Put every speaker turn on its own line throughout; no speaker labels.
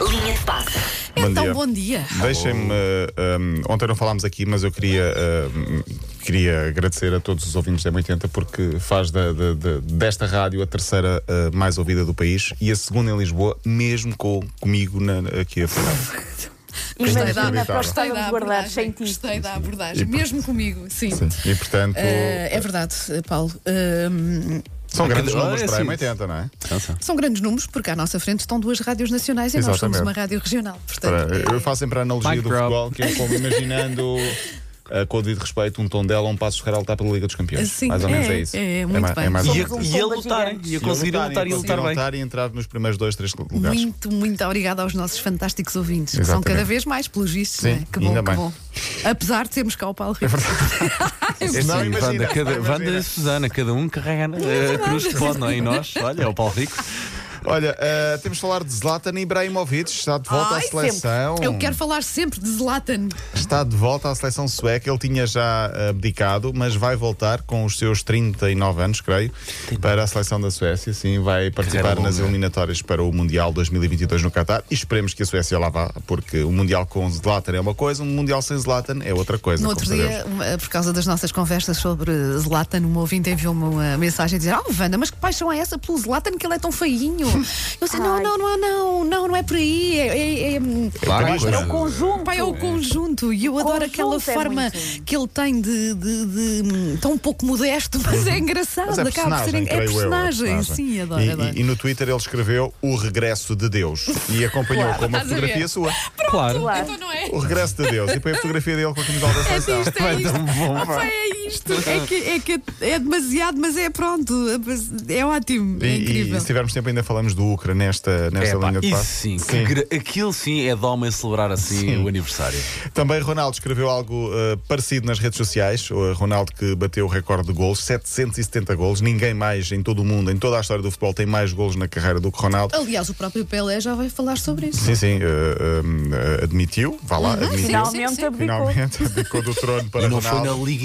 Linha de passe.
Bom
então,
dia.
bom dia.
Deixem-me. eh, um, ontem não falámos aqui, mas eu queria, eh, um, queria agradecer a todos os ouvintes da M80 porque faz da- da- da- desta rádio a terceira eh, mais ouvida do país e a segunda em Lisboa, mesmo com, comigo na, aqui a falar.
Gostei da,
Inacreditável.
gostei da
Estávamos guardados sem
abordagem.
ti.
Gostei da abordagem.
E-
Mesmo comigo, sim.
E portanto.
Eh, é verdade, Paulo. Eh,
São grandes
Ah, é
números para a
assim.
M80, não é?
são grandes números, porque à nossa frente estão duas rádios nacionais e nós somos
Exatamente.
uma rádio regional. Portanto,
Para- eu faço sempre a analogia
Mic
do
drop.
futebol, que é como imaginando. eh, com o devido respeito, um tom dela, um passo real está pela Liga dos Campeões.
Sim,
mais ou menos
é,
é, isso.
é, muito
ma-
bem.
um
mais ou
E
menos
a,
isso.
e a lutarem, e a conseguirem lutar e a lutar
Conseguiram
bem.
estar e entrar nos primeiros dois, três lugares.
muito, muito obrigada aos nossos fantásticos ouvintes, que são
Exatamente.
cada vez mais, pelos vistos.
Sim,
não é? Que bom,
ainda
que
bem. É
bom. Apesar de termos cá o Paulo Rico.
Este
Não,
sim,
Wanda,
imagina,
cada,
imagina.
Wanda e Susana, cada um carrega na- a cruz que pode, não é? E nós, olha, é o Paulo Rico.
Olha, eh, temos de falar de Zlatan Ibrahimovic, está de volta
Ai,
à seleção.
Eu quero falar sempre de Zlatan.
Está de volta à seleção sueca, ele tinha já eh, abdicado, mas vai voltar com os seus 39 anos, creio, para a seleção da Suécia. Sim, vai participar
um
Carreira
nas
longa.
eliminatórias para o Mundial 2022 no Qatar e esperemos que a Suécia lá vá, porque o Mundial com Zlatan é uma coisa, um Mundial sem Zlatan é outra coisa.
No
como
outro
sabemos.
dia, uma- por causa das nossas conversas sobre Zlatan, uma ouvinte enviou-me uma mensagem a dizer: Oh, Wanda, mas que paixão é essa pelo Zlatan que ele é tão feinho? Eu disse: Não,
Ai.
não, não, é, não, não, não é por aí. É, é, é,
Claro,
Vai,
isto
É
é
o conjunto.
Pai, é o conjunto e eu adoro
Conjunto
aquela
é
forma
muito.
que ele tem de, de- de, hum, tão pouco modesto, mas é engraçado.
Mas é
acaba por ser
personagem,
en- é
creio eu,
personagem, sim, adoro.
E-
adoro.
E, e no Twitter ele escreveu o regresso de Deus e acompanhou
Claro.
com uma
Estás a
fotografia
ver?
sua.
Claro.
Claro.
Então não é?
O regresso de Deus. E depois a fotografia dele com a camisola da
É
seleção.
isto, é isto.
bom,
Opa, é isto. É que, é que é demasiado, mas é pronto. É ótimo.
E,
É
e-
incrível.
e se tivermos tempo ainda falamos do Ucra nesta,
É,
nesta
pá,
linha de
isso
passe.
sim, que gra- aquilo sim é de homem celebrar assim o aniversário.
Também Ronaldo escreveu algo eh, parecido nas redes sociais. O Ronaldo que bateu o recorde de gols, 770 gols. Ninguém mais em todo o mundo, em toda a história do futebol, tem mais gols na carreira do que Ronaldo.
Aliás, o próprio Pelé já vai falar sobre isso.
Sim, sim, eh, eh, admitiu, vá lá, admitiu.
Uhum. sim, sim.
Finalmente abdicou.
Finalmente, abdicou do trono para
E não foi
Ronaldo.
na Liga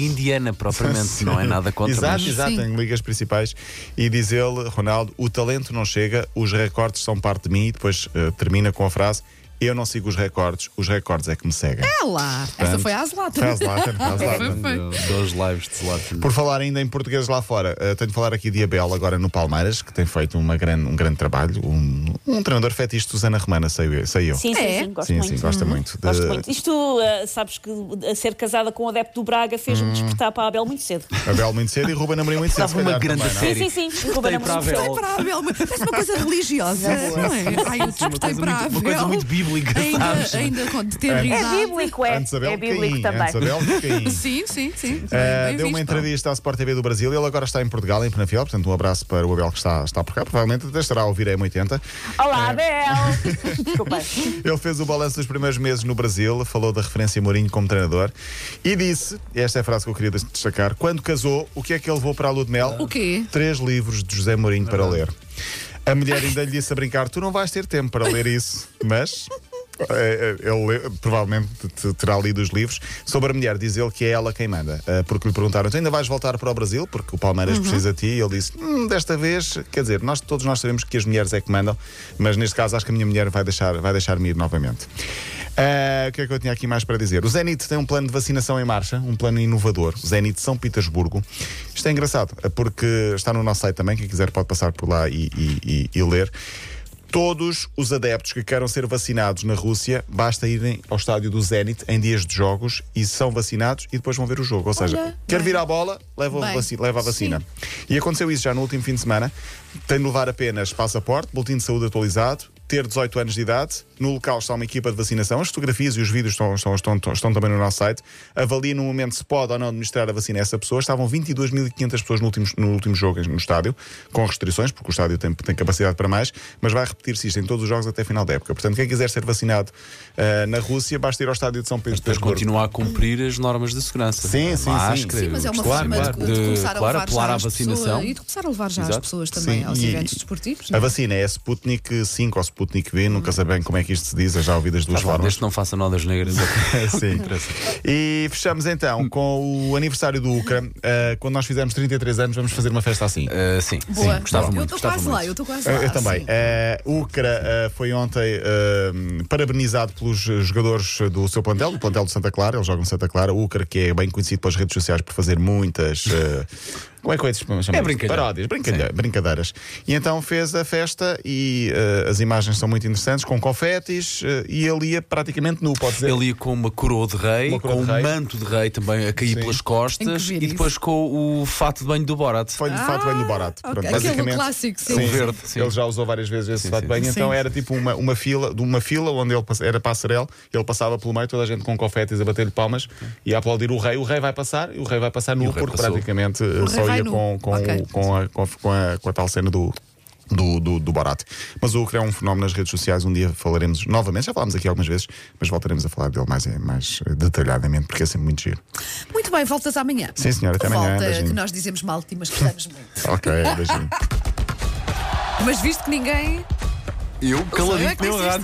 Indiana propriamente, não é nada contra
Exato,
mas-
exato,
Sim.
em ligas principais. E diz ele, Ronaldo, o talento não chega, os recordes são parte de mim. E depois eh, termina com a frase: Eu não sigo os recordes, os recordes é que me seguem.
É lá. Essa
Portanto,
foi a Zlatan.
Faz lá, faz lá.
Dois lives de Zlatan.
Por falar ainda em português lá fora, eh, tenho de falar aqui de Abel agora no Palmeiras, que tem feito uma grande, um grande trabalho. Um, um treinador fetiche de Susana Romana, sei, eu- sei eu.
Sim, sim,
É?
sim, gosto
sim,
muito. Uhum.
sim, gosta muito. de-
Gosto muito. Isto, ah, sabes que a ser casada com o adepto do Braga fez-me
Hum.
despertar para a Abel muito cedo.
Abel muito cedo e Ruben Amorim muito cedo.
Estava
se
uma
calhar
grande
também, não é?
Sim,
série.
sim, um sim. Roubaram
para a
muito.
Abel.
para a Abel, mas parece uma coisa religiosa, não é? Ai, eu despertei
coisa
para a
muito-
Abel.
uma coisa muito bíblica, sabes?
Ainda, ainda com
É
deterridade.
bíblico, é.
Antes Abel,
é bíblico
Caim.
também.
Antes Abel, Caim.
Sim, sim, sim. Bem-
Eh,
bem
deu uma
visto.
entrevista à Sport TV do Brasil. Ele agora está em Portugal, em Penafiel. Portanto, um abraço para o Abel que está, está por cá. Provavelmente até estará a ouvir a M80.
Olá,
É.
Abel. Desculpa.
Ele fez o balanço dos primeiros meses no Brasil, falou da referência Mourinho como treinador e disse: Esta é a frase que eu queria des- destacar. Quando casou, o que é que ele levou para a lua de mel?
O quê?
Três livros de José Mourinho para ler. A mulher ainda lhe disse a brincar: Tu não vais ter tempo para ler isso, mas. eh, eh, Ele lê- provavelmente te- terá lido os livros sobre a mulher. Diz ele que é ela quem manda, eh, porque lhe perguntaram: Tu ainda vais voltar para o Brasil? Porque o Palmeiras precisa de ti. E ele disse: "Hum, Desta vez, quer dizer, nós todos nós sabemos que as mulheres é que mandam, mas neste caso acho que a minha mulher vai deixar-me vai deixar ir novamente. Ah, o que é que eu tinha aqui mais para dizer? O Zenit tem um plano de vacinação em marcha, um plano inovador. Zenit São Petersburgo. Isto é engraçado, porque está no nosso site também. Quem quiser pode passar por lá e, e- e- e ler. Todos os adeptos que queiram ser vacinados na Rússia, basta irem ao estádio do Zenit em dias de jogos e são vacinados e depois vão ver o jogo. Ou seja,
Olha,
quer
bem.
vir à bola, leva, o
Bem,
vaci- leva a vacina.
sim.
E aconteceu isso já no último fim de semana. Tem de levar apenas passaporte, boletim de saúde atualizado, ter 18 anos de idade. No local está uma equipa de vacinação. As fotografias e os vídeos estão, estão, estão, estão também no nosso site. Avalie no momento se pode ou não administrar a vacina a essa pessoa. Estavam 22.500 pessoas no último, no último jogo no estádio, com restrições, porque o estádio tem, tem capacidade para mais, mas vai repetir-se isto em todos os jogos até final da época. Portanto, quem quiser ser vacinado ah, na Rússia, basta ir ao estádio de São Pedro.
Depois continuar a cumprir as normas de segurança.
Sim, sim,
Máscara,
sim.
Sim, mas é uma
claro,
forma de-
claro,
de, começar
claro,
a levar
apelar
já
à
às
vacinação.
pessoas e de começar a levar já
Exato.
as pessoas também
Sim,
aos
e-
eventos desportivos.
A
não é?
vacina é a Sputnik 5 ou Sputnik V, nunca sei bem como é que isto se diz, eu já ouvi das duas
Tá bom,
formas.
Desde que não faça nodas negras. ok.
Sim. E fechamos então com o aniversário do UCRA. Ah, quando nós fizermos 33 anos, vamos fazer uma festa assim.
Eh, sim,
Boa.
sim, gostava
eu
muito.
estou
gostava
quase
muito.
lá, eu estou quase
Eu-
lá.
Eu também.
sim.
Eh, O Ucra eh, foi ontem eh, parabenizado pelos jogadores do seu plantel, do plantel de Santa Clara, eles jogam no Santa Clara. O Ucra, que é bem conhecido pelas redes sociais por fazer muitas. eh, como é que eu ia chamar isto?
brincalhão.
Paródias, brincalha- brincadeiras. E então fez a festa e eh, as imagens são muito interessantes, com confetes, eh, e ele ia praticamente nu, pode dizer.
Ele ia com uma coroa de rei,
Uma coroa
com
de
um
rei.
manto de rei também a cair
Sim.
pelas
Tem que
costas
ver
e
isso.
depois com o fato de banho do Borat.
Foi de
Ah,
fato bem do barato.
ok. Aquele clássico, sim.
O verde, sim.
Ele já usou várias vezes esse
Sim,
fato
sim.
bem, então
Sim.
era tipo uma, uma fila, de uma fila onde ele pass- era passarela, ele passava pelo meio, toda a gente com confetes a bater-lhe palmas e a aplaudir o rei. O rei vai passar, e o rei vai passar nu,
o rei
porque
passou.
praticamente eh, só
vai
ia
nu.
com, com,
Ok.
o- com, a, com, a, com a- com a tal cena do. Do, do, do barato. Mas o Ucra é um fenómeno nas redes sociais. Um dia falaremos novamente, já falámos aqui algumas vezes, mas voltaremos a falar dele mais, mais detalhadamente, porque é sempre muito giro.
Muito bem, voltas amanhã.
Sim, senhora, até amanhã,
Volta,
beijinho.
que nós dizemos mal de ti, mas gostamos muito.
Ok, beijinho.
Mas visto que ninguém
Eu,
caladinho que nem um
rato.
rato.